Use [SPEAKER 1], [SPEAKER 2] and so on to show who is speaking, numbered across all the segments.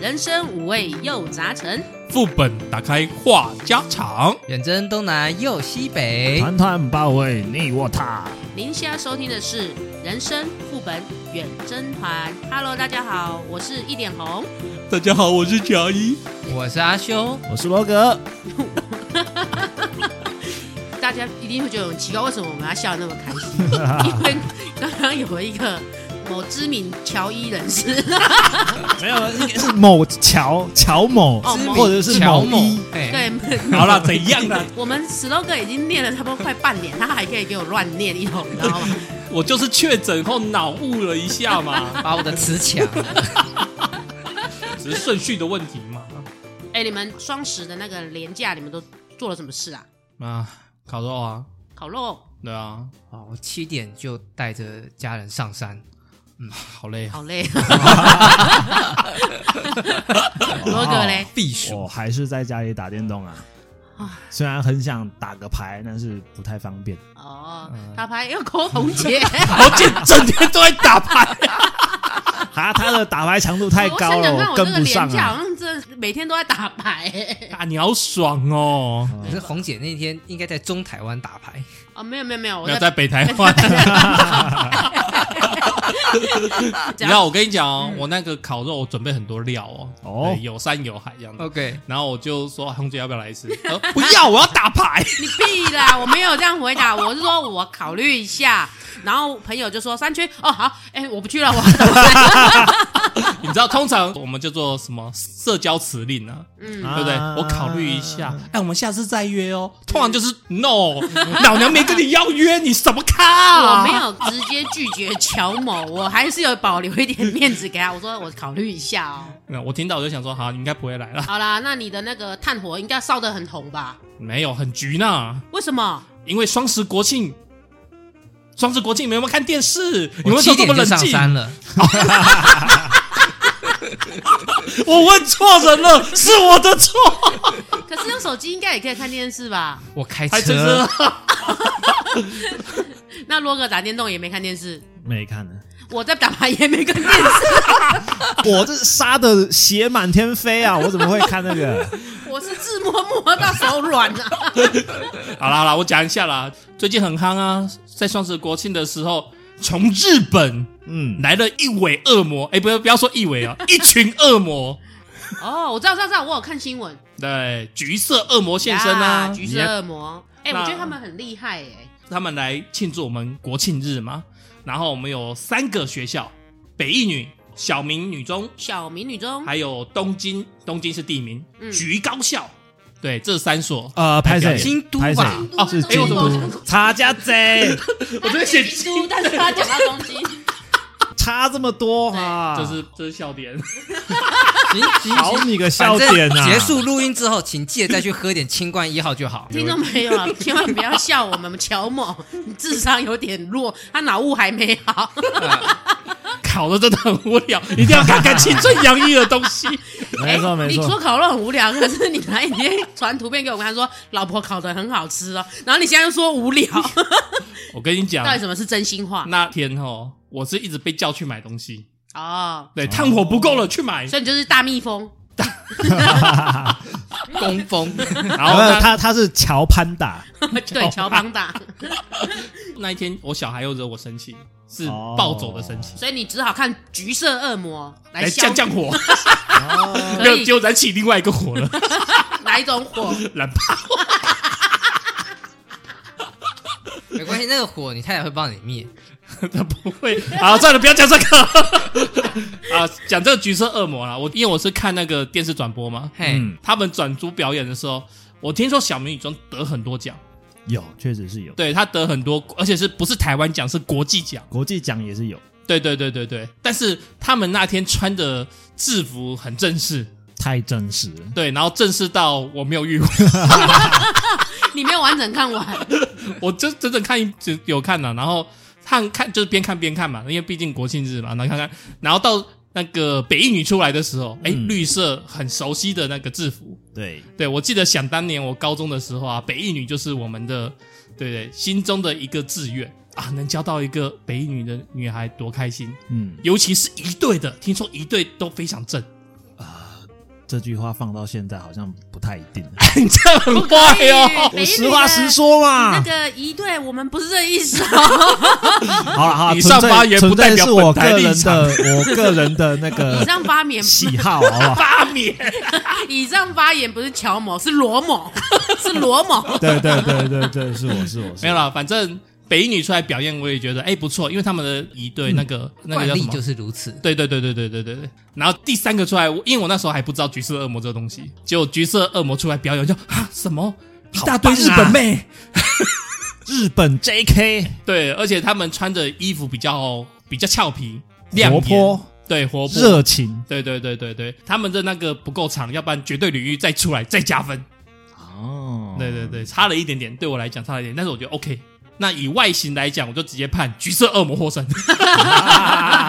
[SPEAKER 1] 人生五味又杂陈。
[SPEAKER 2] 副本打开话家常，
[SPEAKER 3] 远征东南又西北，
[SPEAKER 4] 团团包围你我他。
[SPEAKER 1] 您现在收听的是《人生副本远征团》。Hello，大家好，我是一点红。
[SPEAKER 2] 大家好，我是乔伊。
[SPEAKER 3] 我是阿修。
[SPEAKER 4] 我是罗格，
[SPEAKER 1] 大家一定会觉得很奇怪，为什么我们要笑得那么开心？因为刚刚有一个某知名乔伊人士，
[SPEAKER 4] 没有，应该是某乔乔某，
[SPEAKER 1] 哦某
[SPEAKER 4] 或者是
[SPEAKER 3] 乔某
[SPEAKER 4] 某一，，
[SPEAKER 3] 哎，
[SPEAKER 1] 对，
[SPEAKER 2] 好啦，怎样啊啦？
[SPEAKER 1] 我们 slogan 已经念了差不多快半年，他还可以给我乱念一通，你知道吗？
[SPEAKER 2] 我就是确诊后脑悟了一下嘛，
[SPEAKER 3] 把我的词抢了。
[SPEAKER 2] 只是顺序的问题嘛。
[SPEAKER 1] 哎、你们双十的那个廉价，你们都做了什么事啊？
[SPEAKER 2] 啊，烤肉啊，
[SPEAKER 1] 烤肉
[SPEAKER 2] 对啊，
[SPEAKER 3] 哦，我七点就带着家人上山，
[SPEAKER 2] 好累啊。
[SPEAKER 1] 好累， 罗哥嘞，
[SPEAKER 3] 避暑
[SPEAKER 4] 我。还是在家里打电动啊
[SPEAKER 1] 啊。
[SPEAKER 4] 虽然很想打个牌，但是不太方便。
[SPEAKER 1] 哦，
[SPEAKER 4] 嗯
[SPEAKER 1] 打牌又抠红姐，
[SPEAKER 2] 而且整天都在打牌，
[SPEAKER 4] 啊，他的打牌强度 太高
[SPEAKER 1] 我
[SPEAKER 4] 了，
[SPEAKER 1] 想想看，
[SPEAKER 4] 我
[SPEAKER 1] 我这
[SPEAKER 4] 跟
[SPEAKER 1] 个
[SPEAKER 4] 不上
[SPEAKER 1] 廉价
[SPEAKER 4] 啊。
[SPEAKER 1] 好像真的每天都在打牌、 欸。
[SPEAKER 2] 啊，你好爽哦！
[SPEAKER 3] 可是红姐那天应该在中台湾打牌，
[SPEAKER 1] 哦，没有没有没有，我
[SPEAKER 2] 没有在北台湾。 你知道我跟你讲哦，我那个烤肉我准备很多料哦，
[SPEAKER 4] 哦
[SPEAKER 2] 对有山有海这样子。
[SPEAKER 3] OK，
[SPEAKER 2] 然后我就说啊红姐要不要来 一次？她说不要，我要打牌。
[SPEAKER 1] 你屁啦！我没有这样回答， 我是说我考虑一下。然后朋友就说三缺哦好，哎、我不去了，我 打牌。
[SPEAKER 2] 你知道，通常我们就做什么社交辞令啊，
[SPEAKER 1] 嗯，
[SPEAKER 4] 啊
[SPEAKER 2] 对不对？我考虑一下，哎，我们下次再约哦。通常就是 no，老娘没跟你邀约，你什么
[SPEAKER 1] 我
[SPEAKER 2] 咖？
[SPEAKER 1] 没。有直接拒绝乔某，我还是有保留一点面子给他。我说我考虑一下哦。
[SPEAKER 2] 那我听到我就想说，好，你应该不会来了。
[SPEAKER 1] 好啦，那你的那个炭火应该烧得很红吧？
[SPEAKER 2] 没有，很局呢，
[SPEAKER 1] 为什么？
[SPEAKER 2] 因为双十国庆。双十国庆，你们有没有看电视？你
[SPEAKER 3] 我
[SPEAKER 2] 们
[SPEAKER 3] 七
[SPEAKER 2] 说这
[SPEAKER 3] 点
[SPEAKER 2] 么
[SPEAKER 3] 就
[SPEAKER 2] 冷
[SPEAKER 3] 上
[SPEAKER 2] 静？
[SPEAKER 3] 山了。
[SPEAKER 2] 我问错人了，是我的错。
[SPEAKER 1] 可是用手机应该也可以看电视吧？
[SPEAKER 3] 我开
[SPEAKER 2] 还真
[SPEAKER 3] 车，
[SPEAKER 2] 是
[SPEAKER 1] 那罗哥打电动也没看电视，
[SPEAKER 4] 没看呢，
[SPEAKER 1] 我在打牌也没看电视，
[SPEAKER 4] 我这杀的血满天飞啊！我怎么会看那个？
[SPEAKER 1] 我是自摸摸到手软啊。
[SPEAKER 2] 好啦好啦，我讲一下啦。最近很夯啊，在双十国庆的时候，从日本
[SPEAKER 4] 嗯，
[SPEAKER 2] 来了一尾恶魔，哎、不要不要说一尾 啊，一群恶魔，
[SPEAKER 1] 哦，我知道，知道，知道，我有看新闻。
[SPEAKER 2] 对，橘色恶魔现身啊，
[SPEAKER 1] 呀橘色恶魔。哎、
[SPEAKER 2] 那
[SPEAKER 1] 我觉得他们很厉害哎、
[SPEAKER 2] 他们来庆祝我们国庆日嘛。然后我们有三个学校，北一女、小明女中，
[SPEAKER 1] 小民女中，
[SPEAKER 2] 还有东京，东京是地名，
[SPEAKER 1] 嗯
[SPEAKER 2] 橘高校，对，这三 所。
[SPEAKER 4] 呃，拍
[SPEAKER 2] 表
[SPEAKER 4] 谁？
[SPEAKER 2] 演
[SPEAKER 3] 京都
[SPEAKER 4] 拍
[SPEAKER 3] 吧
[SPEAKER 4] 谁？
[SPEAKER 2] 哦
[SPEAKER 1] 是
[SPEAKER 4] 京
[SPEAKER 2] 哎我怎么
[SPEAKER 4] 都差家贼，
[SPEAKER 2] 我在写
[SPEAKER 1] 京都，但是他讲到东京，
[SPEAKER 4] 差这么多啊！
[SPEAKER 2] 这是这是笑点，
[SPEAKER 3] 行行
[SPEAKER 4] 好
[SPEAKER 3] 行，
[SPEAKER 4] 你个笑
[SPEAKER 3] 反正
[SPEAKER 4] 点啊！
[SPEAKER 3] 结束录音之后，请记得再去喝点清冠一号就好。
[SPEAKER 1] 听众朋友啊，千万不要笑我们乔某，你智商有点弱，他脑雾还没好。
[SPEAKER 2] 考的真的很无聊，一定要看看青春洋溢的东 西。
[SPEAKER 4] 没错
[SPEAKER 1] 哎
[SPEAKER 4] 没
[SPEAKER 1] 你说
[SPEAKER 4] 错，
[SPEAKER 1] 烤肉很无聊，可是你来你传图片给我看，说老婆烤的很好吃哦，然后你现在又说无 聊，
[SPEAKER 2] 我跟你讲
[SPEAKER 1] 到，底什么是真心话？
[SPEAKER 2] 那天哦，我是一直被叫去买东西，
[SPEAKER 1] 哦，
[SPEAKER 2] 对，炭火不够了，去买
[SPEAKER 1] 所以你就是大蜜蜂，
[SPEAKER 3] 工蜂，
[SPEAKER 2] 然后
[SPEAKER 4] 然后
[SPEAKER 2] 那
[SPEAKER 4] 他他是乔潘达，哦
[SPEAKER 1] 对，乔邦达，
[SPEAKER 2] 那一天我小孩又惹我生气，是暴走的生气，
[SPEAKER 1] 所以你只好看橘色恶魔来
[SPEAKER 2] 来
[SPEAKER 1] 消
[SPEAKER 2] 降降火，没
[SPEAKER 1] 可
[SPEAKER 2] 有
[SPEAKER 1] 以
[SPEAKER 2] 就燃起另外一个火了，
[SPEAKER 1] 哪一种火？
[SPEAKER 2] 燃吧。
[SPEAKER 3] 没关系，那个火你太太会帮你灭。
[SPEAKER 2] 他不会。 好，算了，不要讲这个。 啊，讲这个橘色恶魔啦，我因为我是看那个电视转播嘛，
[SPEAKER 3] 嘿，
[SPEAKER 4] 嗯
[SPEAKER 2] 他们转租表演的时候，我听说小美女中得很多奖，
[SPEAKER 4] 有确实是有，
[SPEAKER 2] 对她得很多，而且是不是台湾奖是国际奖？
[SPEAKER 4] 国际奖也是有，
[SPEAKER 2] 对对对对对。但是他们那天穿的制服很正式，
[SPEAKER 4] 太真实了。
[SPEAKER 2] 对，然后正式到我没有遇过。
[SPEAKER 1] 你没有完整看完，
[SPEAKER 2] 我就整整看一只有看了、然后看看就是边看边看嘛，因为毕竟国庆日嘛，然后看看，然后到那个北一女出来的时候，哎、
[SPEAKER 4] 嗯
[SPEAKER 2] 绿色很熟悉的那个制服，
[SPEAKER 4] 对，
[SPEAKER 2] 对我记得想当年我高中的时候啊，北一女就是我们的对对心中的一个志愿啊，能交到一个北一女的女孩多开心，
[SPEAKER 4] 嗯，
[SPEAKER 2] 尤其是一队的，听说一队都非常正。
[SPEAKER 4] 这句话放到现在好像不太一定。
[SPEAKER 2] 你这样很坏哦。
[SPEAKER 1] 美女
[SPEAKER 4] 我
[SPEAKER 1] 的
[SPEAKER 4] 实话实说啊
[SPEAKER 1] 那
[SPEAKER 4] 嘛。
[SPEAKER 1] 个一对，我们不是这意思哦。
[SPEAKER 4] 好了好了，
[SPEAKER 2] 以上
[SPEAKER 4] 纯粹
[SPEAKER 2] 发言不代表
[SPEAKER 4] 纯粹是我
[SPEAKER 2] 本
[SPEAKER 4] 个
[SPEAKER 2] 台
[SPEAKER 4] 人
[SPEAKER 2] 立场
[SPEAKER 4] 的，我个人的那
[SPEAKER 1] 以
[SPEAKER 4] 个
[SPEAKER 1] 上发言，
[SPEAKER 4] 喜好，好 不好？
[SPEAKER 2] 罢免，
[SPEAKER 1] 以上发言不是乔某，是罗某，是罗 某。
[SPEAKER 4] 对对对对对，是我是我是
[SPEAKER 2] 没有
[SPEAKER 4] 我。
[SPEAKER 2] 啦，反正北一女出来表现，我也觉得哎、不错，因为他们的一队那个、那个
[SPEAKER 3] 惯
[SPEAKER 2] 叫什
[SPEAKER 3] 例
[SPEAKER 2] 么？
[SPEAKER 3] 就是如此。
[SPEAKER 2] 对对对对对对对对。然后第三个出来，我因为我那时候还不知道橘色恶魔这个东西，结果橘色恶魔出来表演就 啊什么一
[SPEAKER 4] 啊
[SPEAKER 2] 大堆日本妹，
[SPEAKER 4] 日本 J.K.
[SPEAKER 2] 对，而且他们穿着衣服比较比较俏皮、亮
[SPEAKER 4] 活
[SPEAKER 2] 眼，
[SPEAKER 4] 泼
[SPEAKER 2] 对活泼，
[SPEAKER 4] 热情
[SPEAKER 2] 对对对对对，他们的那个不够长，要不然绝对领域再出来 再加分。
[SPEAKER 4] 哦
[SPEAKER 2] 对对对，差了一点点，对我来讲差了一点，但是我觉得 OK。那以外形来讲，我就直接判橘色恶魔获胜。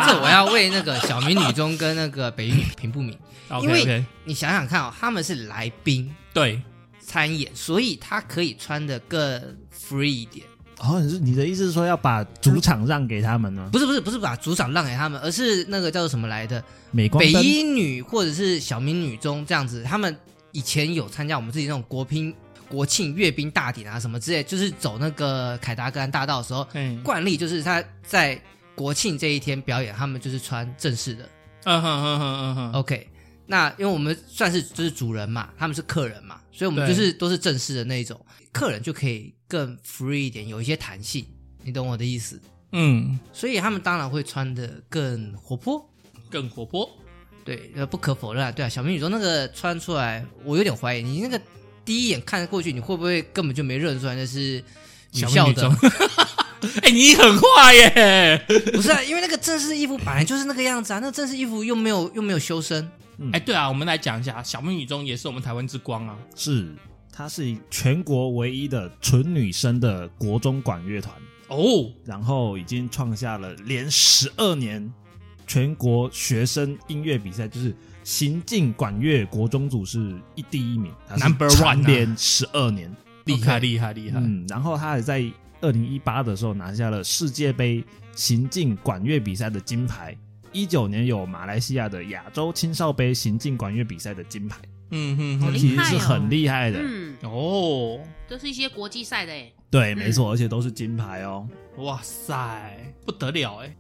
[SPEAKER 3] 这我要为那个小明女中跟那个北一女平不明。因
[SPEAKER 2] OK
[SPEAKER 3] 为
[SPEAKER 2] OK，
[SPEAKER 3] 你想想看哦，他们是来宾
[SPEAKER 2] 对
[SPEAKER 3] 参演，所以他可以穿的更 free 一点。
[SPEAKER 4] 哦，你是你的意思是说要把主场让给他们呢？
[SPEAKER 3] 不是不是不是把主场让给他们，而是那个叫做什么来的
[SPEAKER 4] 美光
[SPEAKER 3] 北
[SPEAKER 4] 灯
[SPEAKER 3] 一女或者是小明女中这样子，他们以前有参加我们自己那种国乒、国庆阅兵大典啊什么之类，就是走那个凯达格兰大道的时候，
[SPEAKER 2] 嗯
[SPEAKER 3] 惯例就是他在国庆这一天表演，他们就是穿正式的。
[SPEAKER 2] 嗯哼哼哼哼哼，
[SPEAKER 3] OK，那因为我们算是就是主人嘛，他们是客人嘛，所以我们
[SPEAKER 2] 对
[SPEAKER 3] 就是都是正式的那一种，客人就可以更 free 一点，有一些弹性，你懂我的意思。
[SPEAKER 2] 嗯，
[SPEAKER 3] 所以他们当然会穿的更活泼。
[SPEAKER 2] 更活泼。
[SPEAKER 3] 对，呃，不可否认啊，对啊，小明你说那个穿出来，我有点怀疑你那个第一眼看过去，你会不会根本就没认出来那是女
[SPEAKER 2] 小
[SPEAKER 3] 校
[SPEAKER 2] 明女
[SPEAKER 3] 的
[SPEAKER 2] 中？， 哎、你很坏耶！
[SPEAKER 3] 不是啊，因为那个正式衣服本来就是那个样子啊，那正式衣服又没有又没有修身，
[SPEAKER 2] 哎、对啊，我们来讲一下，小美女中也是我们台湾之光啊。
[SPEAKER 4] 是，它是全国唯一的纯女生的国中管乐团，
[SPEAKER 2] 哦，
[SPEAKER 4] 然后已经创下了连十二年全国学生音乐比赛，就是行进管乐国中组是一第一名它是
[SPEAKER 2] Number one
[SPEAKER 4] 蝉
[SPEAKER 2] 啊
[SPEAKER 4] 连十二年，
[SPEAKER 2] 厉害厉害厉害！
[SPEAKER 4] 嗯，然后他也在二零一八的时候拿下了世界杯行进管乐比赛的金牌。一九年有马来西亚的亚洲青少杯行进管乐比赛的金牌，
[SPEAKER 2] 嗯哼
[SPEAKER 1] 好
[SPEAKER 2] 哼，
[SPEAKER 1] 厉
[SPEAKER 4] 其
[SPEAKER 1] 害
[SPEAKER 4] 实
[SPEAKER 1] 哦
[SPEAKER 4] 是很厉害的。
[SPEAKER 1] 嗯，
[SPEAKER 2] 哦，
[SPEAKER 1] 都是一些国际赛的哎。
[SPEAKER 4] 对，没错，而且都是金牌哦。
[SPEAKER 2] 哇塞，不得了哎！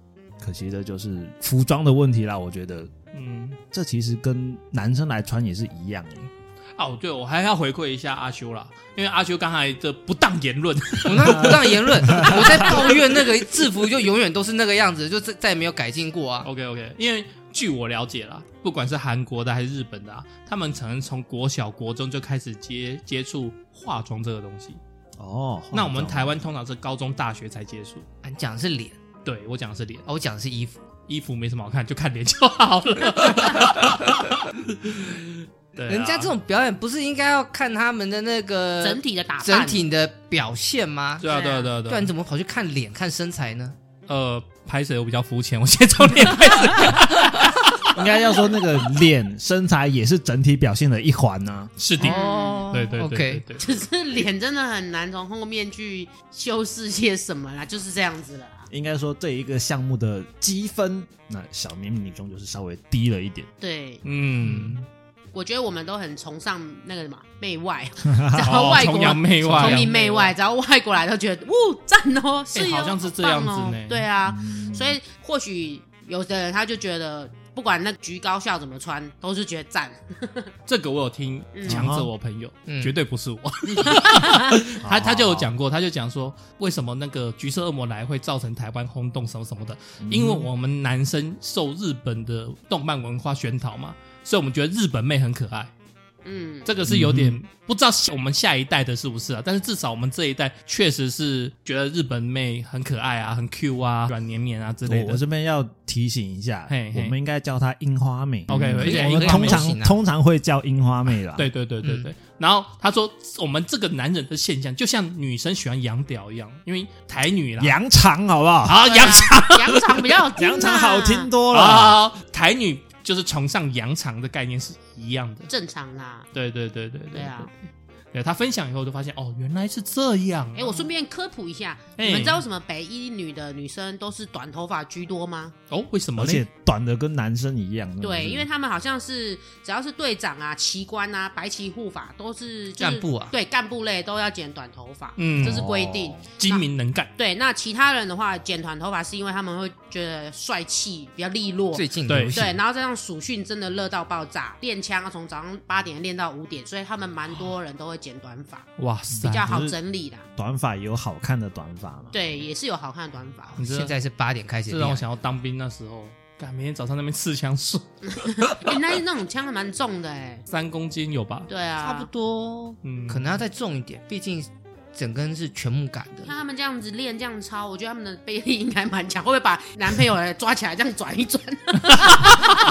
[SPEAKER 4] 可惜的就是服装的问题啦，我觉得
[SPEAKER 2] 嗯，
[SPEAKER 4] 这其实跟男生来穿也是一样诶。
[SPEAKER 2] 哦，对，我还要回馈一下阿修啦，因为阿修刚才的不当言论，
[SPEAKER 3] 我那不当言论，我在抱怨那个制服就永远都是那个样子，就再再也没有改进过啊。
[SPEAKER 2] OK OK，因为据我了解啦，不管是韩国的还是日本的、啊，他们可能从国小、国中就开始接接触化妆这个东西。
[SPEAKER 4] 哦，
[SPEAKER 2] 那我们
[SPEAKER 4] 化妆
[SPEAKER 2] 台湾通常是高中、大学才接触。
[SPEAKER 3] 啊你讲的是脸，
[SPEAKER 2] 对我讲的是脸，
[SPEAKER 3] 啊我讲的是衣服。
[SPEAKER 2] 衣服没什么好看，就看脸就好了。对啊、
[SPEAKER 3] 人家这种表演不是应该要看他们的那个
[SPEAKER 1] 整体的打扮，
[SPEAKER 3] 呃整体的表现吗？
[SPEAKER 2] 对啊对啊对啊
[SPEAKER 3] 不
[SPEAKER 2] 对啊
[SPEAKER 3] 然你怎么跑去看脸看身材呢？
[SPEAKER 2] 呃，拍谁我比较肤浅，我先从脸开始。
[SPEAKER 4] 应该要说那个脸身材也是整体表现的一环啊呢、
[SPEAKER 2] 是的，
[SPEAKER 3] 哦
[SPEAKER 2] 对对对对
[SPEAKER 3] OK
[SPEAKER 2] 对对
[SPEAKER 1] 嗯 只是脸真的很难从后面去修饰些什么啦，就是这样子了啦。
[SPEAKER 4] 应该说这一个项目的积分，那小明女中就是稍微低了一点。
[SPEAKER 1] 对，
[SPEAKER 2] 嗯，
[SPEAKER 1] 我觉得我们都很崇尚那个什么媚外，然后外
[SPEAKER 2] 哦
[SPEAKER 1] 国
[SPEAKER 2] 崇洋媚外，
[SPEAKER 1] 崇洋媚外，只要外国来都觉得，呜，赞哦，是
[SPEAKER 2] 哎
[SPEAKER 1] 哟、
[SPEAKER 2] 好像是这样子呢嗯
[SPEAKER 1] 好棒哦对啊，所以或许有的人他就觉得，不管那局高校怎么穿，都是觉得赞。
[SPEAKER 2] 这个我有听
[SPEAKER 1] 嗯
[SPEAKER 2] 强者我朋友，
[SPEAKER 3] 嗯
[SPEAKER 2] 绝对不 是我，他他就有讲过，他就讲说为什么那个橘色恶魔来会造成台湾轰动什么什么的，
[SPEAKER 4] 嗯
[SPEAKER 2] 因为我们男生受日本的动漫文化熏陶嘛，所以我们觉得日本妹很可爱，
[SPEAKER 1] 嗯，
[SPEAKER 2] 这个是有点不知道我们下一代的是不是啊，但是至少我们这一代确实是觉得日本妹很可爱啊，很 Q 啊，软绵绵啊之类
[SPEAKER 4] 哦我我
[SPEAKER 2] 的。
[SPEAKER 4] 这边要提醒一下，
[SPEAKER 2] 嘿嘿
[SPEAKER 4] 我们应该叫她樱花妹。
[SPEAKER 2] OK，
[SPEAKER 4] 嗯
[SPEAKER 2] 而且
[SPEAKER 4] 我
[SPEAKER 2] 樱
[SPEAKER 4] 们
[SPEAKER 2] 花
[SPEAKER 4] 通
[SPEAKER 2] 妹
[SPEAKER 3] 不
[SPEAKER 4] 常
[SPEAKER 3] 行啊
[SPEAKER 4] 通常会叫樱花妹啦。，
[SPEAKER 1] 啊
[SPEAKER 2] 对对对
[SPEAKER 1] 嗯
[SPEAKER 2] 对对，然后他说，我们这个男人的现象就像女生喜欢洋屌一样，因为台女啦，
[SPEAKER 4] 羊肠好不好？
[SPEAKER 2] 啊，洋肠
[SPEAKER 1] 肠，羊肠比较好听啊
[SPEAKER 4] 羊肠好听，多了。
[SPEAKER 2] 啊，台女就是崇尚洋肠的概念是一样的。
[SPEAKER 1] 正常啦。
[SPEAKER 2] 对对对对
[SPEAKER 1] 对啊，
[SPEAKER 2] 对他分享以后就发现哦，原来是这样、啊。
[SPEAKER 1] 哎，我顺便科普一下，
[SPEAKER 2] 哎
[SPEAKER 1] 你们知道为什么北一女的女生都是短头发居多吗？
[SPEAKER 2] 哦，为什么
[SPEAKER 4] 而
[SPEAKER 2] 呢？
[SPEAKER 4] 且短的跟男生一
[SPEAKER 2] 嗯
[SPEAKER 4] 样。真的
[SPEAKER 1] 对，
[SPEAKER 4] 是
[SPEAKER 1] 因为他们好像是只要是队长啊、旗官啊、白旗护法都是就是
[SPEAKER 3] 干部啊
[SPEAKER 1] 对干部类都要剪短头发，
[SPEAKER 2] 嗯
[SPEAKER 1] 这是规定。
[SPEAKER 4] 哦
[SPEAKER 2] 精明能干，
[SPEAKER 1] 对，那其他人的话，剪短头发是因为他们会觉得帅气、比较利落。
[SPEAKER 3] 最近
[SPEAKER 2] 对
[SPEAKER 3] 流行
[SPEAKER 1] 对，然后再让暑训真的热到爆炸，练枪啊从早上八点练到五点，所以他们蛮多人都会剪短发，
[SPEAKER 2] 哇塞
[SPEAKER 3] 啊
[SPEAKER 1] 比！较
[SPEAKER 4] 就
[SPEAKER 1] 好
[SPEAKER 4] 是
[SPEAKER 1] 整理啦。
[SPEAKER 4] 短发也有好看的短发嘛。
[SPEAKER 1] 对，也是有好看的短发。
[SPEAKER 2] 你知道
[SPEAKER 3] 现在是八点开始
[SPEAKER 2] 这
[SPEAKER 3] 练，
[SPEAKER 2] 让我想到当兵那时候，干每天早上那边刺枪术，
[SPEAKER 1] 哎，那那种枪还蛮重的哎、
[SPEAKER 2] 三公斤有吧？
[SPEAKER 1] 对啊，
[SPEAKER 3] 差不。多，
[SPEAKER 2] 嗯，
[SPEAKER 3] 可能要再重一点，毕竟整根是全木杆
[SPEAKER 1] 看
[SPEAKER 3] 的。
[SPEAKER 1] 他们这样子练，这样操，我觉得他们的背力应该蛮强，会不会把男朋友来抓起来这样转一转？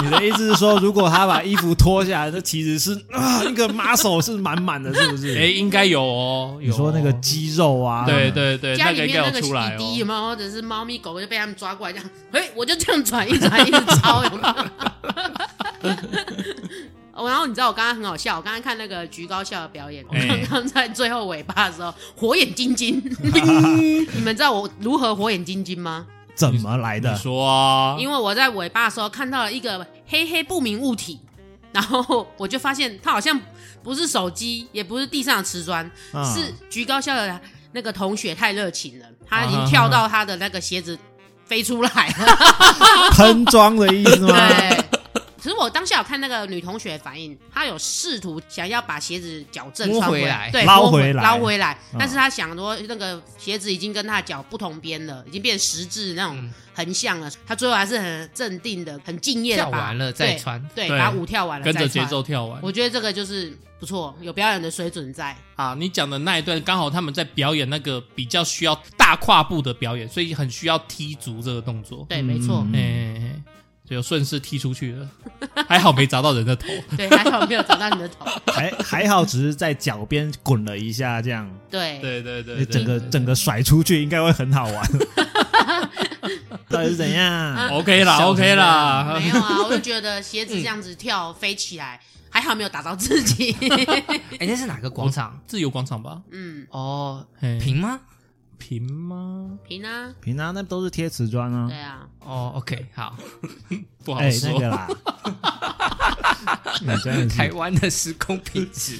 [SPEAKER 4] 你的意思是说，如果他把衣服脱下来，这其实 是啊，那个 muscle 是满满的，是不是？
[SPEAKER 2] 哎、应该有哦。
[SPEAKER 4] 你
[SPEAKER 2] 有
[SPEAKER 4] 说那个
[SPEAKER 2] 哦
[SPEAKER 4] 肌肉啊，
[SPEAKER 2] 对对对，
[SPEAKER 1] 家
[SPEAKER 2] 那
[SPEAKER 1] 里
[SPEAKER 2] 个应
[SPEAKER 1] 面
[SPEAKER 2] 该
[SPEAKER 1] 那
[SPEAKER 2] 有
[SPEAKER 1] 个洗
[SPEAKER 2] 出
[SPEAKER 1] 涤有
[SPEAKER 2] 来哦。
[SPEAKER 1] 没有，或者是猫咪狗狗就被他们抓过来这样， 嘿，我就这样转一转，一直抄有没有？ 哦然后你知道我刚刚很好笑，我刚刚看那个橘高校的表演，我
[SPEAKER 2] 哎
[SPEAKER 1] 刚刚在最后尾巴的时候火眼金 睛，叮你们知道我如何火眼金睛吗？
[SPEAKER 4] 怎么来
[SPEAKER 2] 你
[SPEAKER 4] 的？
[SPEAKER 2] 说啊，
[SPEAKER 1] 因为我在尾巴的时候看到了一个黑黑不明物体，然后我就发现它好像不是手机，也不是地上的瓷砖，
[SPEAKER 4] 啊
[SPEAKER 1] 是橘高校的那个同学太热情了，他已经跳到他的那个鞋子飞出来了。
[SPEAKER 4] 喷装的意思 吗？
[SPEAKER 1] 对。可是我当下有看那个女同学的反应，她有试图想要把鞋子矫正
[SPEAKER 3] 摸
[SPEAKER 1] 穿
[SPEAKER 3] 回来
[SPEAKER 1] 来，对，
[SPEAKER 4] 捞
[SPEAKER 1] 摸
[SPEAKER 4] 回来
[SPEAKER 1] 捞回来
[SPEAKER 4] 嗯。
[SPEAKER 1] 但是她想说，那个鞋子已经跟她的脚不同边了，已经变十字那种
[SPEAKER 3] 嗯
[SPEAKER 1] 横向了。她最后还是很镇定的、很敬业的
[SPEAKER 3] 跳完了再穿，
[SPEAKER 1] 对，
[SPEAKER 2] 对
[SPEAKER 1] 把舞跳完了
[SPEAKER 2] 跟
[SPEAKER 1] 再
[SPEAKER 2] 着节
[SPEAKER 1] 穿。
[SPEAKER 2] 奏跳完
[SPEAKER 1] 我觉得这个就是不错，有表演的水准在。
[SPEAKER 2] 啊！你讲的那一段刚好他们在表演那个比较需要大跨步的表演，所以很需要踢足这个动作。
[SPEAKER 1] 对，没错。
[SPEAKER 4] 嗯
[SPEAKER 2] 哎、就顺势踢出去了，还好没砸到人的头。
[SPEAKER 1] 对，还好没有找到你的头。
[SPEAKER 4] 还还好，只是在脚边滚了一下，这样
[SPEAKER 1] 对，
[SPEAKER 2] 对对对
[SPEAKER 4] 你
[SPEAKER 2] 对
[SPEAKER 4] 整个
[SPEAKER 2] 对
[SPEAKER 4] 整个甩出去，应该会很好玩。 到底是怎样？
[SPEAKER 2] OK 啦
[SPEAKER 3] 小
[SPEAKER 2] ，OK 啦
[SPEAKER 1] 没，有 啊，我就觉得鞋子这样子跳、飞起来， 还好没有打到自己。
[SPEAKER 3] 哎，那是哪个广场？
[SPEAKER 2] 自由广场吧？
[SPEAKER 1] 嗯，
[SPEAKER 3] 哦，
[SPEAKER 2] 嘿
[SPEAKER 3] 平吗？
[SPEAKER 2] 平吗？
[SPEAKER 1] 平啊，
[SPEAKER 4] 平常那都是贴瓷砖啊
[SPEAKER 1] 对。啊，
[SPEAKER 3] 哦，OK，好，
[SPEAKER 2] 不好
[SPEAKER 4] 哎，
[SPEAKER 2] 说。
[SPEAKER 4] 那个 啦，你真的
[SPEAKER 3] 台
[SPEAKER 4] 是
[SPEAKER 3] 湾的时空品质，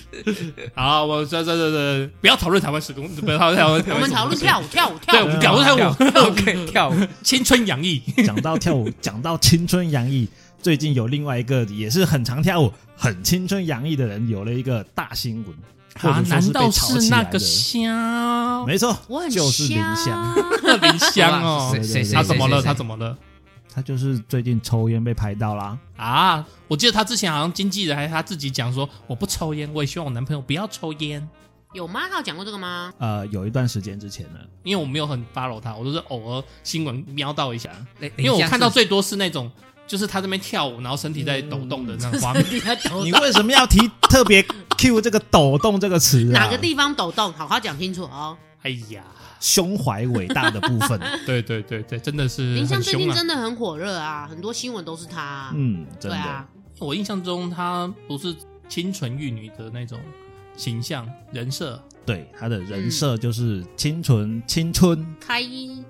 [SPEAKER 2] 好，我这这这这不要讨论台湾时空，不要讨论台湾时空。
[SPEAKER 1] 我们讨论跳舞，跳舞，
[SPEAKER 2] 对，
[SPEAKER 1] 跳舞。
[SPEAKER 2] 我们 讨论台湾
[SPEAKER 3] OK，跳舞，
[SPEAKER 2] 青春洋溢。
[SPEAKER 4] 讲到跳舞，讲到青春洋溢，最近有另外一个也是很常跳舞、很青春洋溢的人有了一个大新闻，或
[SPEAKER 2] 啊
[SPEAKER 4] 者，说
[SPEAKER 2] 难道
[SPEAKER 4] 被炒
[SPEAKER 2] 是
[SPEAKER 4] 起
[SPEAKER 2] 那
[SPEAKER 4] 来
[SPEAKER 2] 个
[SPEAKER 4] 的。
[SPEAKER 2] 香？
[SPEAKER 4] 没错
[SPEAKER 1] 我，很
[SPEAKER 4] 就是林
[SPEAKER 1] 香
[SPEAKER 4] 湘，
[SPEAKER 1] 啊，
[SPEAKER 2] 林香哦
[SPEAKER 3] 谁，谁谁
[SPEAKER 2] 他怎么了？他怎
[SPEAKER 3] 么？
[SPEAKER 2] 么了？
[SPEAKER 4] 他就是最近抽烟被拍到啦。
[SPEAKER 2] 啊！我记得他之前好像经纪人还是他自己讲说，我不抽烟，我也希望我男朋友不要抽烟，
[SPEAKER 1] 有吗？他有讲过这个吗？
[SPEAKER 4] 呃，有一段时间之前呢，
[SPEAKER 2] 因为我没有很 follow 他，我都是偶尔新闻瞄到一下，
[SPEAKER 3] 林
[SPEAKER 2] 因为我
[SPEAKER 3] 林湘
[SPEAKER 2] 看到
[SPEAKER 3] 是
[SPEAKER 2] 最多是那种就是他这边跳舞，然后身体在抖动的那种画 面。
[SPEAKER 1] 你要抖
[SPEAKER 4] 你为什么 要提特别 Q 这个“抖动”这个词、啊？
[SPEAKER 1] 哪个？地方抖动？好好讲清楚哦。
[SPEAKER 2] 哎呀，
[SPEAKER 4] 胸怀伟大的部 分，
[SPEAKER 2] 对对对对，真的是
[SPEAKER 1] 林
[SPEAKER 2] 很
[SPEAKER 1] 湘最
[SPEAKER 2] 凶
[SPEAKER 1] 近
[SPEAKER 2] 啊！
[SPEAKER 1] 真的很火热啊，很多新闻都是他啊。
[SPEAKER 4] 嗯，真
[SPEAKER 1] 对
[SPEAKER 4] 的。
[SPEAKER 1] 啊，
[SPEAKER 2] 我印象中他不是清纯玉女的那种形象人设，
[SPEAKER 4] 对他的人设就是清纯、
[SPEAKER 1] 嗯
[SPEAKER 4] 青春、
[SPEAKER 1] 开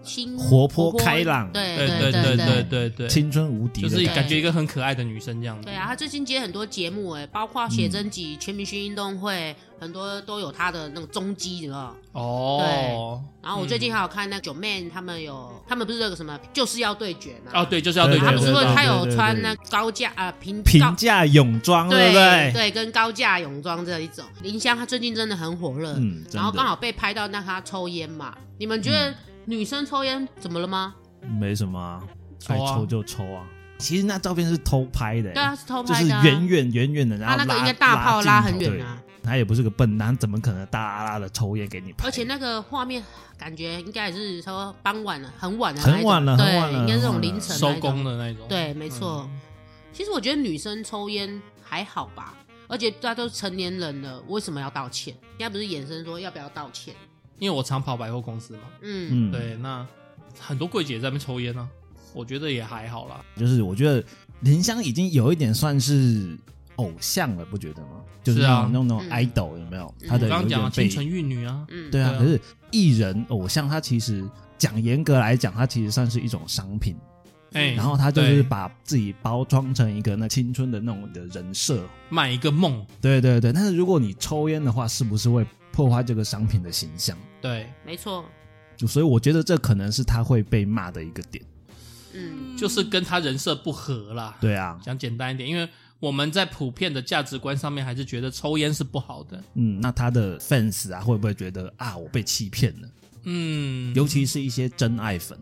[SPEAKER 1] 心、
[SPEAKER 4] 活泼开朗
[SPEAKER 1] 对
[SPEAKER 2] 对
[SPEAKER 1] 对
[SPEAKER 2] 对
[SPEAKER 1] 对。
[SPEAKER 2] 对对对，
[SPEAKER 4] 青春无敌
[SPEAKER 2] 就
[SPEAKER 4] 的
[SPEAKER 2] 是
[SPEAKER 4] 感觉，
[SPEAKER 2] 感觉一个很可爱的女生这
[SPEAKER 4] 嗯
[SPEAKER 2] 样子。
[SPEAKER 1] 对啊，，他最近接很多节目哎、包括写真集、全明星运动会，很多都有他的那个踪迹，你知道吗？
[SPEAKER 2] 哦，
[SPEAKER 1] 然后我
[SPEAKER 4] 嗯
[SPEAKER 1] 最近还有看那九妹他们有，他们不是有个什么就是要对决嘛？
[SPEAKER 2] 哦，对，就是要对
[SPEAKER 4] 对
[SPEAKER 1] 他
[SPEAKER 2] 决
[SPEAKER 1] 不是
[SPEAKER 4] 对
[SPEAKER 1] 说
[SPEAKER 4] 对
[SPEAKER 2] 对
[SPEAKER 1] 他
[SPEAKER 4] 对
[SPEAKER 1] 有
[SPEAKER 4] 对
[SPEAKER 1] 穿
[SPEAKER 4] 对
[SPEAKER 1] 那高价啊平高
[SPEAKER 4] 平价泳装，
[SPEAKER 1] 对
[SPEAKER 4] 不对？
[SPEAKER 1] 对跟高价泳装这一种。林湘她最近真的很火热，
[SPEAKER 4] 嗯，真
[SPEAKER 1] 然后
[SPEAKER 4] 的嗯
[SPEAKER 1] 刚好被拍到那她抽烟嘛，你们觉得女生抽烟怎么了吗？
[SPEAKER 4] 没什么、啊，
[SPEAKER 2] 抽
[SPEAKER 4] 爱
[SPEAKER 2] 啊
[SPEAKER 4] 抽就抽啊。其实那照片是偷拍的、欸
[SPEAKER 1] 对啊，是偷
[SPEAKER 4] 就
[SPEAKER 1] 拍
[SPEAKER 4] 是
[SPEAKER 1] 的、啊。
[SPEAKER 4] 远远远远的，然
[SPEAKER 1] 他
[SPEAKER 4] 后
[SPEAKER 1] 那
[SPEAKER 4] 拉
[SPEAKER 1] 个应该大炮拉很远
[SPEAKER 4] 啊。
[SPEAKER 1] 啊，
[SPEAKER 4] 对他也不是个笨蛋，怎么可能大拉拉的抽烟给你拍？
[SPEAKER 1] 而且那个画面感觉应该也是说傍晚了，很晚了，
[SPEAKER 4] 很晚了
[SPEAKER 1] 那一种
[SPEAKER 4] 很晚了
[SPEAKER 1] 对，应该是这
[SPEAKER 4] 很
[SPEAKER 1] 种
[SPEAKER 4] 晚了
[SPEAKER 1] 凌晨那
[SPEAKER 2] 收
[SPEAKER 1] 一种
[SPEAKER 2] 工的那种。
[SPEAKER 1] 对，没错。
[SPEAKER 2] 嗯
[SPEAKER 1] 其实我觉得女生抽烟还好吧，而且大家都成年人了，为什么要道歉？人家不是衍生说要不要道歉？
[SPEAKER 2] 因为我常跑百货公司嘛，
[SPEAKER 1] 嗯，
[SPEAKER 4] 嗯，
[SPEAKER 2] 对，那很多柜姐在那边抽烟啊呢，我觉得也还好啦。
[SPEAKER 4] 就是我觉得林湘已经有一点算是偶像了，不觉得吗？就是
[SPEAKER 2] 是
[SPEAKER 4] 那
[SPEAKER 2] 啊
[SPEAKER 4] 种那种
[SPEAKER 1] 嗯
[SPEAKER 4] idol 有没有？
[SPEAKER 1] 嗯
[SPEAKER 4] 他的
[SPEAKER 2] 我刚
[SPEAKER 4] 有
[SPEAKER 2] 刚讲了清
[SPEAKER 4] 点被
[SPEAKER 2] 纯玉女啊，
[SPEAKER 1] 嗯，
[SPEAKER 4] 对啊
[SPEAKER 2] 对，啊
[SPEAKER 4] 可是艺人偶像他其实讲严格来讲，他其实算是一种商品，
[SPEAKER 2] 哎，
[SPEAKER 4] 然后他就是
[SPEAKER 2] 对
[SPEAKER 4] 把自己包装成一个那青春的那种的人设。
[SPEAKER 2] 卖一个梦，
[SPEAKER 4] 对对对，但是如果你抽烟的话，是不是会破坏这个商品的形象？
[SPEAKER 2] 对，
[SPEAKER 1] 没错，
[SPEAKER 4] 就所以我觉得这可能是他会被骂的一个点。
[SPEAKER 1] 嗯，
[SPEAKER 2] 就是跟他人设不合啦。
[SPEAKER 4] 对啊，
[SPEAKER 2] 讲简单一点，因为我们在普遍的价值观上面还是觉得抽烟是不好的。
[SPEAKER 4] 嗯，那他的 fans 啊，会不会觉得啊，我被欺骗了？
[SPEAKER 2] 嗯，
[SPEAKER 4] 尤其是一些真爱粉，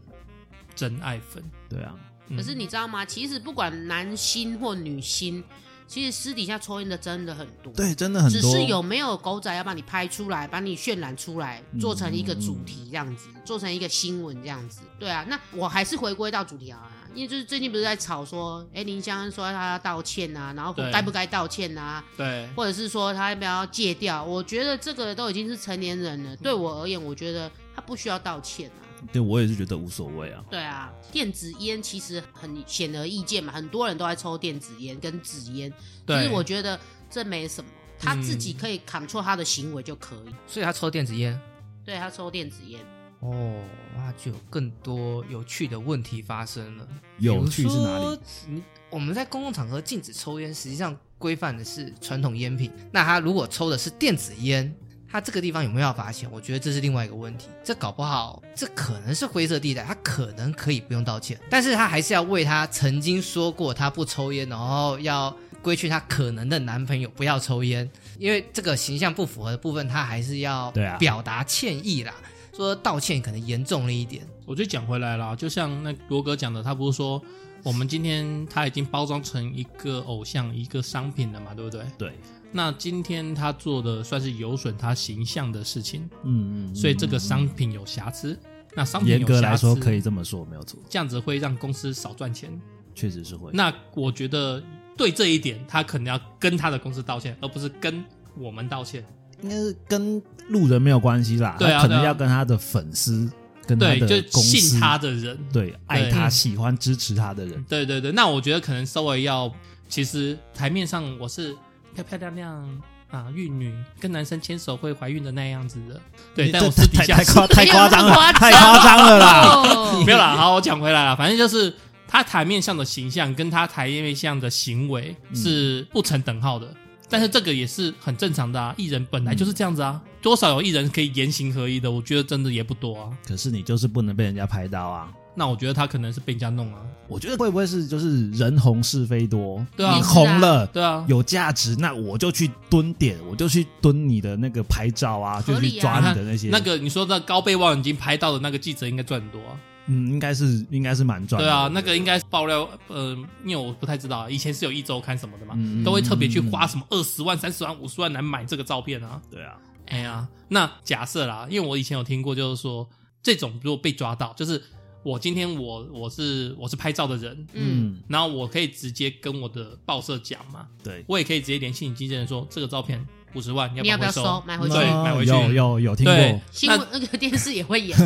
[SPEAKER 2] 真爱粉，
[SPEAKER 4] 对啊，
[SPEAKER 2] 嗯
[SPEAKER 1] 可是你知道吗？其实不管男星或女星，其实私底下抽烟的真的很多。
[SPEAKER 4] 对，真的很
[SPEAKER 1] 只
[SPEAKER 4] 多。
[SPEAKER 1] 是有没有狗仔要把你拍出来，把你渲染出来，做成一个主题这样子，做成一个新闻这样子。对啊，那我还是回归到主题啊，因为就是最近不是在吵说，哎，林湘说她要道歉啊，然后
[SPEAKER 2] 对
[SPEAKER 1] 该不该道歉啊，
[SPEAKER 2] 对，
[SPEAKER 1] 或者是说她要不要戒掉？我觉得这个都已经是成年人了，对我而言，我觉得她不需要道歉啊。
[SPEAKER 4] 对我也是觉得无所谓啊。
[SPEAKER 1] 对啊，电子烟其实很显而易见嘛，很多人都在抽电子烟跟纸烟，其
[SPEAKER 2] 对，嗯
[SPEAKER 1] 实我觉得这没什么，他自己可以 control 他的行为就可以。
[SPEAKER 3] 所以他抽电子烟。
[SPEAKER 1] 对他抽电子烟，
[SPEAKER 3] 哦，那就有更多有趣的问题发生了。
[SPEAKER 4] 有趣是哪里？？
[SPEAKER 3] 你我们在公共场合禁止抽烟，实际上规范的是传统烟品。那他如果抽的是电子烟，他这个地方有没有要罚钱？我觉得这是另外一个问题。这搞不好，这可能是灰色地带，他可能可以不用道歉，但是他还是要为他曾经说过他不抽烟，然后要规劝他可能的男朋友不要抽烟，因为这个形象不符合的部分，他还是要
[SPEAKER 4] 对啊
[SPEAKER 3] 表达歉意啦。说道歉可能严重了一点，
[SPEAKER 2] 我就讲回来啦，就像那罗哥讲的，他不是说我们今天他已经包装成一个偶像、一个商品了嘛，对不对？
[SPEAKER 4] 对，
[SPEAKER 2] 那今天他做的算是有损他形象的事情，
[SPEAKER 4] 嗯嗯，
[SPEAKER 2] 所以这个商品有瑕疵。那商品
[SPEAKER 4] 严
[SPEAKER 2] 有
[SPEAKER 4] 格
[SPEAKER 2] 瑕
[SPEAKER 4] 来
[SPEAKER 2] 疵
[SPEAKER 4] 说可以，这么说，没有错，
[SPEAKER 2] 这样子会让公司少赚钱。
[SPEAKER 4] 确实是会。
[SPEAKER 2] 那我觉得对这一点，他可能要跟他的公司道歉，而不是跟我们道歉。
[SPEAKER 4] 应该是跟路人没有关系啦，
[SPEAKER 2] 对啊
[SPEAKER 4] 他可能
[SPEAKER 2] 对啊
[SPEAKER 4] 要跟他的粉丝、跟嗯他
[SPEAKER 2] 对，
[SPEAKER 4] 的
[SPEAKER 2] 就
[SPEAKER 4] 公司、
[SPEAKER 2] 信他的人。
[SPEAKER 4] 对爱他、喜欢、支持他的人，
[SPEAKER 2] 对对对，那我觉得可能稍微要，其实台面上我是漂漂亮亮啊，玉女跟男生牵手会怀孕的那样子的，对，
[SPEAKER 4] 你
[SPEAKER 2] 但
[SPEAKER 4] 这
[SPEAKER 2] 我私底
[SPEAKER 4] 太
[SPEAKER 2] 下
[SPEAKER 4] 太
[SPEAKER 2] 是
[SPEAKER 4] 夸太夸张了
[SPEAKER 1] 没有那么夸，张
[SPEAKER 4] 太夸张 了啦！
[SPEAKER 1] 哦，
[SPEAKER 2] 没有 啦。好，我讲回来了，反正就是他台面上的形象跟他台面上的行为
[SPEAKER 4] 嗯
[SPEAKER 2] 是不成等号的。但是这个也是很正常的啊，艺人本来就是这样子啊，
[SPEAKER 4] 嗯
[SPEAKER 2] 多少有艺人可以言行合一的，我觉得真的也不多啊。
[SPEAKER 4] 可是你就是不能被人家拍到啊！
[SPEAKER 2] 那我觉得他可能是被人家弄啊，
[SPEAKER 4] 我觉得会不会是就是人红是非多？
[SPEAKER 2] 对啊
[SPEAKER 4] 你红了。
[SPEAKER 2] 对啊，
[SPEAKER 4] 有价值，那我就去蹲点，我就去蹲你的那个拍照啊，就
[SPEAKER 1] 合
[SPEAKER 4] 去
[SPEAKER 1] 理啊
[SPEAKER 4] 抓你的那些
[SPEAKER 2] 那个你说那高倍望远镜拍到的那个记者应该赚很多啊。
[SPEAKER 4] 嗯，应该是应该是蛮赚的。
[SPEAKER 2] 对啊，那
[SPEAKER 4] 我觉得
[SPEAKER 2] 个应该是爆料，呃，因为我不太知道，以前是有一周刊什么的嘛，
[SPEAKER 4] 嗯
[SPEAKER 2] 都会特别去花什么二十万、三十万、五十万来买这个照片啊。
[SPEAKER 4] 对啊，
[SPEAKER 2] 哎呀，那假设啦，因为我以前有听过，就是说这种如果被抓到，就是我今天我我是我是拍照的人，
[SPEAKER 1] 嗯，
[SPEAKER 4] 嗯，
[SPEAKER 2] 然后我可以直接跟我的报社讲嘛，
[SPEAKER 4] 对，
[SPEAKER 2] 我也可以直接联系你经纪人说这个照片五十万，
[SPEAKER 1] 你要不
[SPEAKER 2] 要
[SPEAKER 1] 要
[SPEAKER 2] 收？
[SPEAKER 1] 收买回去？
[SPEAKER 2] 对
[SPEAKER 4] 那
[SPEAKER 2] 买回去
[SPEAKER 4] 有有有听
[SPEAKER 2] 对
[SPEAKER 4] 过，，
[SPEAKER 1] 新
[SPEAKER 2] 那
[SPEAKER 1] 闻那个电视也会演，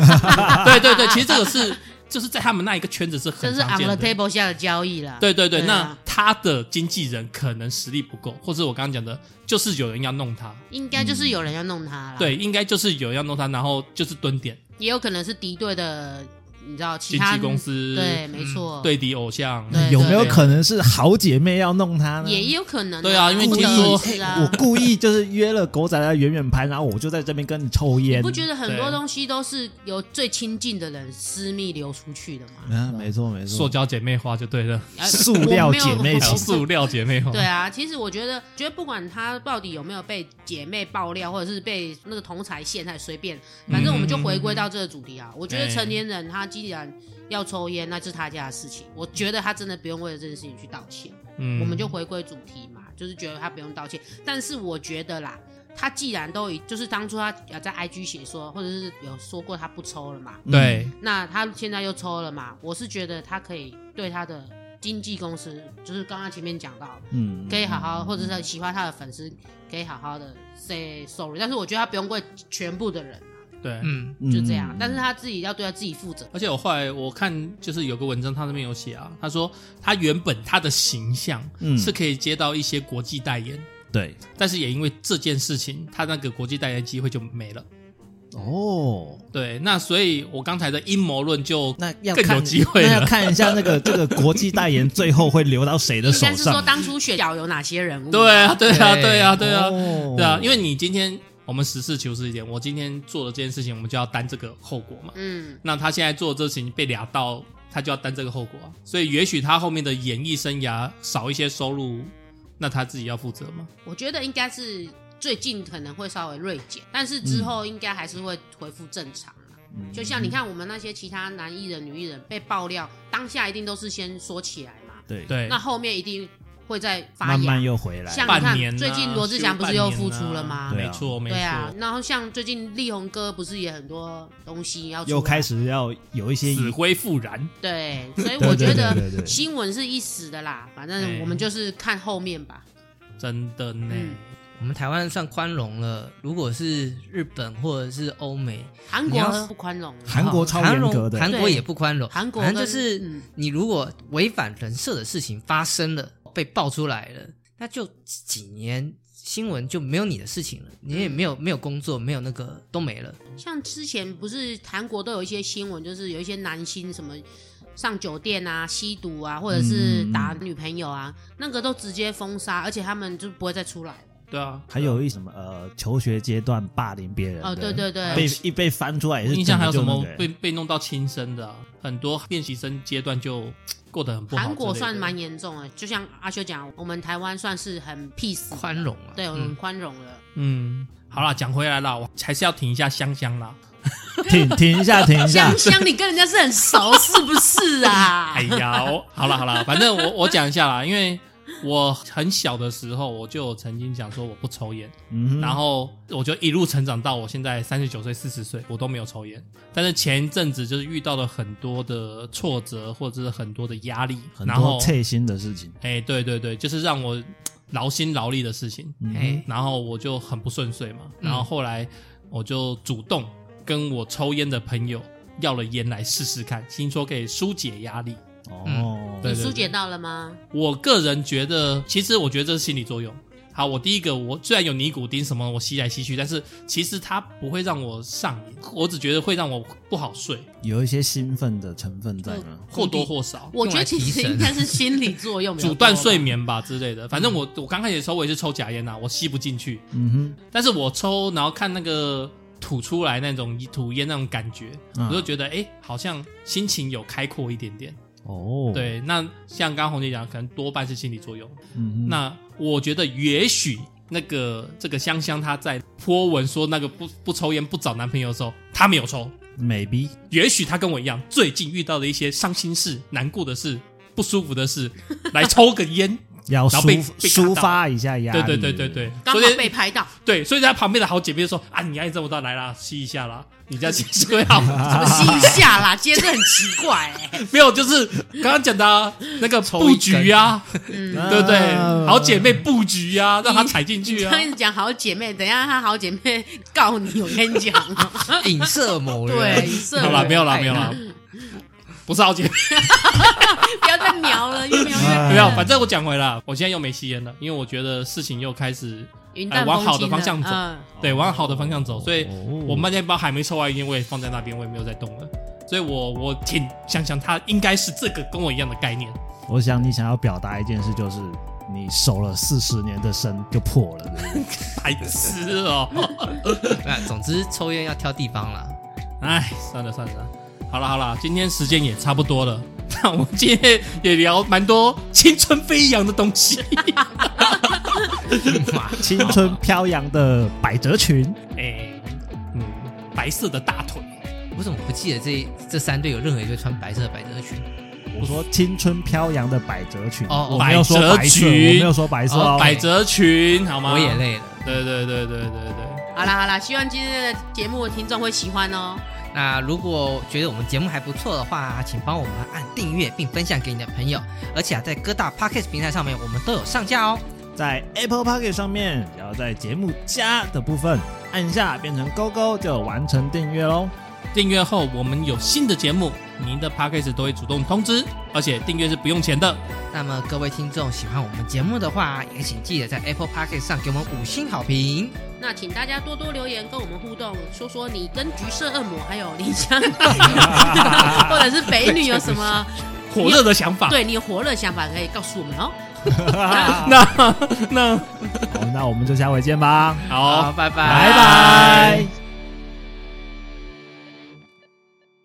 [SPEAKER 2] 对对对，其实这个是就是在他们那一个圈子是
[SPEAKER 1] 这
[SPEAKER 2] 很
[SPEAKER 1] 是
[SPEAKER 2] 常
[SPEAKER 1] on
[SPEAKER 2] 见
[SPEAKER 1] the
[SPEAKER 2] 的。
[SPEAKER 1] table 下的交易啦。
[SPEAKER 2] 对对对，
[SPEAKER 1] 对
[SPEAKER 2] 那
[SPEAKER 1] 啊
[SPEAKER 2] 他的经纪人可能实力不够，或者我刚刚讲的，就是有人要弄他，
[SPEAKER 1] 应该就是有人要弄他啦。，
[SPEAKER 2] 嗯对，应该就是有人要弄他，然后就是蹲点
[SPEAKER 1] 也有可能是敌对的，你知道其
[SPEAKER 2] 经
[SPEAKER 1] 他
[SPEAKER 2] 纪公司，
[SPEAKER 1] 对没错
[SPEAKER 2] 对敌偶像，
[SPEAKER 1] 对
[SPEAKER 4] 有没有可能是好姐妹要弄他呢？
[SPEAKER 1] 也有可能。
[SPEAKER 2] 对啊因为
[SPEAKER 1] 不
[SPEAKER 2] 听
[SPEAKER 1] 得
[SPEAKER 2] 说
[SPEAKER 1] 而知啊
[SPEAKER 4] 我故意就是约了狗仔来远远拍，然后我就在这边跟你抽烟。
[SPEAKER 1] 你不觉得很多
[SPEAKER 2] 对
[SPEAKER 1] 东西都是由最亲近的人私密流出去的 吗？
[SPEAKER 4] 啊，没错没
[SPEAKER 2] 塑
[SPEAKER 4] 错，
[SPEAKER 2] 胶姐妹花就对了，
[SPEAKER 1] 哎
[SPEAKER 4] 塑料姐
[SPEAKER 1] 我
[SPEAKER 4] 妹情
[SPEAKER 1] 没有
[SPEAKER 2] 塑料姐妹花，
[SPEAKER 1] 对啊，其实我觉得，觉得不管他到底有没有被姐妹爆料，或者是被那个同才陷害，随便，反正我们就回归到这个主题啊。我觉得
[SPEAKER 2] 哎
[SPEAKER 1] 成年人他既然要抽烟，那是他家的事情。我觉得他真的不用为了这件事情去道歉。
[SPEAKER 2] 嗯
[SPEAKER 1] 我们就回归主题嘛，就是觉得他不用道歉。但是我觉得啦，他既然都已就是当初他有在 IG 写说，或者是有说过他不抽了嘛，
[SPEAKER 2] 对，
[SPEAKER 1] 那他现在又抽了嘛，我是觉得他可以对他的经纪公司，就是刚刚前面讲到，
[SPEAKER 4] 嗯，
[SPEAKER 1] 可以好好，或者是喜欢他的粉丝，可以好好的 say sorry。但是我觉得他不用为全部的人啊、
[SPEAKER 2] 对，
[SPEAKER 3] 嗯，
[SPEAKER 1] 就这样
[SPEAKER 4] 嗯。
[SPEAKER 1] 但是他自己要对他自己负责。
[SPEAKER 2] 而且我后来我看就是有个文章，他那边有写啊，他说他原本他的形象
[SPEAKER 4] 嗯
[SPEAKER 2] 是可以接到一些国际代言，
[SPEAKER 4] 对
[SPEAKER 2] 但是也因为这件事情，他那个国际代言机会就没了。
[SPEAKER 4] 哦，
[SPEAKER 2] 对，那所以我刚才的阴谋论就
[SPEAKER 4] 那要
[SPEAKER 2] 更有
[SPEAKER 4] 看
[SPEAKER 2] 机会
[SPEAKER 4] 那要
[SPEAKER 2] 了
[SPEAKER 4] 看一下那个这个国际代言最后会流到谁 的
[SPEAKER 1] 应
[SPEAKER 4] 手
[SPEAKER 1] 该是说
[SPEAKER 4] 上。
[SPEAKER 1] 当初选角有哪些人物？
[SPEAKER 2] 对啊，对啊，
[SPEAKER 3] 对
[SPEAKER 2] 对啊，对啊，
[SPEAKER 4] 哦
[SPEAKER 2] 对啊，因为你今天我们实事求是一点，我今天做了这件事情，我们就要担这个后果嘛。
[SPEAKER 1] 嗯，
[SPEAKER 2] 那他现在做这事情被俩到，他就要担这个后果啊。所以也许他后面的演艺生涯少一些收入，那他自己要负责嘛。
[SPEAKER 1] 我觉得应该是最近可能会稍微锐减，但是之后应该还是会恢复正常啊。
[SPEAKER 4] 嗯
[SPEAKER 1] 就像你看我们那些其他男艺人、女艺人被爆料，当下一定都是先说起来嘛，
[SPEAKER 4] 对，
[SPEAKER 2] 对
[SPEAKER 1] 那，后面一定会再发
[SPEAKER 4] 慢
[SPEAKER 1] 芽。
[SPEAKER 4] 慢又回来。
[SPEAKER 1] 像你
[SPEAKER 2] 半
[SPEAKER 1] 看
[SPEAKER 2] 年啊、
[SPEAKER 1] 最近罗志祥不是又复出了吗
[SPEAKER 2] 休半
[SPEAKER 4] 对
[SPEAKER 2] 年啊
[SPEAKER 4] 啊
[SPEAKER 2] 没错，没
[SPEAKER 1] 对啊
[SPEAKER 2] 错，，
[SPEAKER 1] 然后像最近力宏哥不是也很多东西要出来
[SPEAKER 4] 又开始要有一些
[SPEAKER 2] 死灰复燃。
[SPEAKER 1] 对，所以
[SPEAKER 4] 对
[SPEAKER 1] 我觉得
[SPEAKER 4] 对对对对
[SPEAKER 1] 新闻是一时的啦，反
[SPEAKER 2] 哎
[SPEAKER 1] 正我们就是看后面吧。
[SPEAKER 2] 真的呢，
[SPEAKER 1] 嗯
[SPEAKER 3] 我们台湾算宽容了，如果是日本或者是欧美，
[SPEAKER 1] 韩
[SPEAKER 3] 你要是
[SPEAKER 1] 国不宽容啊，
[SPEAKER 4] 韩国超
[SPEAKER 3] 韩
[SPEAKER 4] 严
[SPEAKER 3] 容
[SPEAKER 4] 格的
[SPEAKER 3] 韩国也不宽容，
[SPEAKER 1] 韩国
[SPEAKER 3] 反正就
[SPEAKER 1] 跟
[SPEAKER 3] 是
[SPEAKER 1] 嗯
[SPEAKER 3] 你如果违反人设的事情发生了，被爆出来了，那就几年新闻就没有你的事情了，你也没有没有工作，没有那个都没了。
[SPEAKER 1] 像之前不是韩国都有一些新闻，就是有一些男星什么上酒店啊、吸毒啊，或者是打女朋友啊，那个都直接封杀，而且他们就不会再出来了。
[SPEAKER 2] 对啊，
[SPEAKER 4] 还有一什么呃，求学阶段霸凌别人的
[SPEAKER 1] 哦，对对对，
[SPEAKER 4] 被一被翻出来也
[SPEAKER 2] 我
[SPEAKER 4] 是
[SPEAKER 2] 印象还有什
[SPEAKER 4] 拯救
[SPEAKER 2] 么
[SPEAKER 4] 那个
[SPEAKER 2] 被被弄到轻生的啊、很多练习生阶段就过得很不好之
[SPEAKER 1] 韩
[SPEAKER 2] 类的。
[SPEAKER 1] 国算蛮严重的，就像阿修讲，我们台湾算是很 peace
[SPEAKER 3] 宽，容啊，
[SPEAKER 1] 对，我
[SPEAKER 3] 嗯
[SPEAKER 1] 们宽容了。
[SPEAKER 2] 嗯，好啦，讲回来啦，我还是要挺一下香香啦。
[SPEAKER 4] 停停一下停一下
[SPEAKER 1] 香，香，你跟人家是很熟是不是 啊
[SPEAKER 2] 哎？呀，我好啦好啦，反正我我讲一下啦，因为我很小的时候我就曾经讲说我不抽烟，
[SPEAKER 4] 嗯
[SPEAKER 2] 然
[SPEAKER 4] 哼，
[SPEAKER 2] 后我就一路成长到我现在三十九岁、四十岁，我都没有抽烟。但是前一阵子就是遇到了很多的挫折，或者是很多的压力，
[SPEAKER 4] 很
[SPEAKER 2] 然后
[SPEAKER 4] 多脆心的事情，
[SPEAKER 2] 哎，对对对，就是让我劳心劳力的事情。
[SPEAKER 4] 嗯
[SPEAKER 3] 哎，
[SPEAKER 2] 然后我就很不顺遂嘛，
[SPEAKER 3] 嗯
[SPEAKER 2] 然后后来我就主动跟我抽烟的朋友要了烟来试试看，听说可以疏解压力。
[SPEAKER 4] 哦，
[SPEAKER 2] 嗯对
[SPEAKER 1] 你
[SPEAKER 2] 对
[SPEAKER 1] 疏解到了吗？
[SPEAKER 2] 我个人觉得，其实我觉得这是心理作用。好，我第一个，我虽然有尼古丁什么，我吸来吸去，但是其实它不会让我上瘾，我只觉得会让我不好睡，
[SPEAKER 4] 有一些兴奋的成分在呢。
[SPEAKER 2] 或多或少
[SPEAKER 1] 我觉得其实
[SPEAKER 3] 用
[SPEAKER 1] 应
[SPEAKER 3] 来提神
[SPEAKER 1] 该是心理作用比 较多
[SPEAKER 2] 阻
[SPEAKER 1] 吧，
[SPEAKER 2] 断睡眠吧之类的。反正我我刚开始抽我也是抽假烟啊呐、我吸不进去，
[SPEAKER 4] 嗯
[SPEAKER 2] 但是我抽，然后看那个吐出来那种吐烟那种感觉，
[SPEAKER 4] 嗯
[SPEAKER 2] 我就觉得哎、诶好像心情有开阔一点点。
[SPEAKER 4] 哼，哦，，
[SPEAKER 2] 对，那像刚刚红姐讲，可能多半是心理作用。
[SPEAKER 4] 嗯哼，
[SPEAKER 2] 那我觉得也许那个这个香香她在颇文说那个不不抽烟不找男朋友的时候，她没有抽。
[SPEAKER 4] maybe
[SPEAKER 2] 也许她跟我一样，最近遇到的一些伤心事、难过的事、不舒服的事，来抽个烟。
[SPEAKER 4] 要
[SPEAKER 2] 然后被
[SPEAKER 4] 抒
[SPEAKER 2] 被卡到
[SPEAKER 4] 抒发一下 压力，
[SPEAKER 2] 对对对对对，
[SPEAKER 1] 刚
[SPEAKER 2] 所
[SPEAKER 1] 好
[SPEAKER 2] 以
[SPEAKER 1] 被拍到，
[SPEAKER 2] 对，所以她旁边的好姐妹就说啊，你爱这么大，来啦，吸一下啦，你这样吸是会好。
[SPEAKER 1] 我吸一下啦，今天这很奇怪哎。
[SPEAKER 2] 没有，就是刚刚讲的啊、那个布局啊，
[SPEAKER 4] 啊，
[SPEAKER 2] 对不对？好姐妹布局啊，让她踩进去啊
[SPEAKER 1] 她。一直讲好姐妹，等一下她好姐妹告你，我跟你讲哦，
[SPEAKER 3] 影射某人，
[SPEAKER 1] 对，色
[SPEAKER 2] 好啦，没有啦，
[SPEAKER 3] 哎
[SPEAKER 2] 没有啦，不是好姐妹，
[SPEAKER 1] 不要再瞄了，越瞄 越
[SPEAKER 4] 哎
[SPEAKER 2] 没有。反正我讲回来，我现在又没吸烟了，因为我觉得事情又开始
[SPEAKER 1] 云淡
[SPEAKER 2] 哎往
[SPEAKER 1] 风轻
[SPEAKER 2] 好的
[SPEAKER 1] 了
[SPEAKER 2] 方向走
[SPEAKER 1] 嗯
[SPEAKER 2] 对往好的方向走，所以
[SPEAKER 4] 哦
[SPEAKER 2] 我慢煎包还没抽完烟，我也放在那边，我也没有再动了。所以我我挺想想，她应该是这个跟我一样的概念。
[SPEAKER 4] 我想你想要表达一件事，就是你守了四十年的身就破了，对不 对
[SPEAKER 2] 白痴哦！
[SPEAKER 3] 那总之抽烟要挑地方啦。
[SPEAKER 2] 哎，算了算了，好了好了，今天时间也差不多了。那我们今天也聊蛮多青春飞扬的东西。
[SPEAKER 4] 青春飘扬的百褶裙，
[SPEAKER 2] 哎，嗯，白色的大腿，
[SPEAKER 3] 我怎么不记得这这三队有任何一队穿白色的百褶裙？
[SPEAKER 4] 我说青春飘扬的百褶裙，
[SPEAKER 3] 哦哦
[SPEAKER 4] 我没有说白
[SPEAKER 2] 百褶
[SPEAKER 4] 色，我
[SPEAKER 2] 裙
[SPEAKER 4] 没有说白色
[SPEAKER 3] 哦
[SPEAKER 4] 哦，
[SPEAKER 2] 百褶裙，好吗？
[SPEAKER 3] 我也。累了。
[SPEAKER 2] 对对对对对对，
[SPEAKER 1] 好啦好啦，希望今天的节目听众会喜欢哦。
[SPEAKER 3] 那如果觉得我们节目还不错的话，请帮我们按订阅并分享给你的朋友。而且啊，在各大 podcast 平台上面，我们都有上架哦。
[SPEAKER 4] 在 Apple Pocket 上面，然后在节目加的部分按下变成勾勾就完成订阅喽。
[SPEAKER 2] 订阅后，我们有新的节目，您的 p a c k a g e 都会主动通知，而且订阅是不用钱的。
[SPEAKER 3] 那么各位听众喜欢我们节目的话，也请记得在 Apple p o c k e t 上给我们五星好评。
[SPEAKER 1] 那请大家多多留言跟我们互动，说说你跟橘色恶魔还有林 香，或者是北女有什
[SPEAKER 2] 啊
[SPEAKER 1] 么
[SPEAKER 2] 火热的想法，
[SPEAKER 1] 对你有火热想法可以告诉我们哦。
[SPEAKER 2] 那那
[SPEAKER 4] 好，那我们就下回见吧。
[SPEAKER 2] 好，
[SPEAKER 3] 拜拜，
[SPEAKER 2] 拜拜。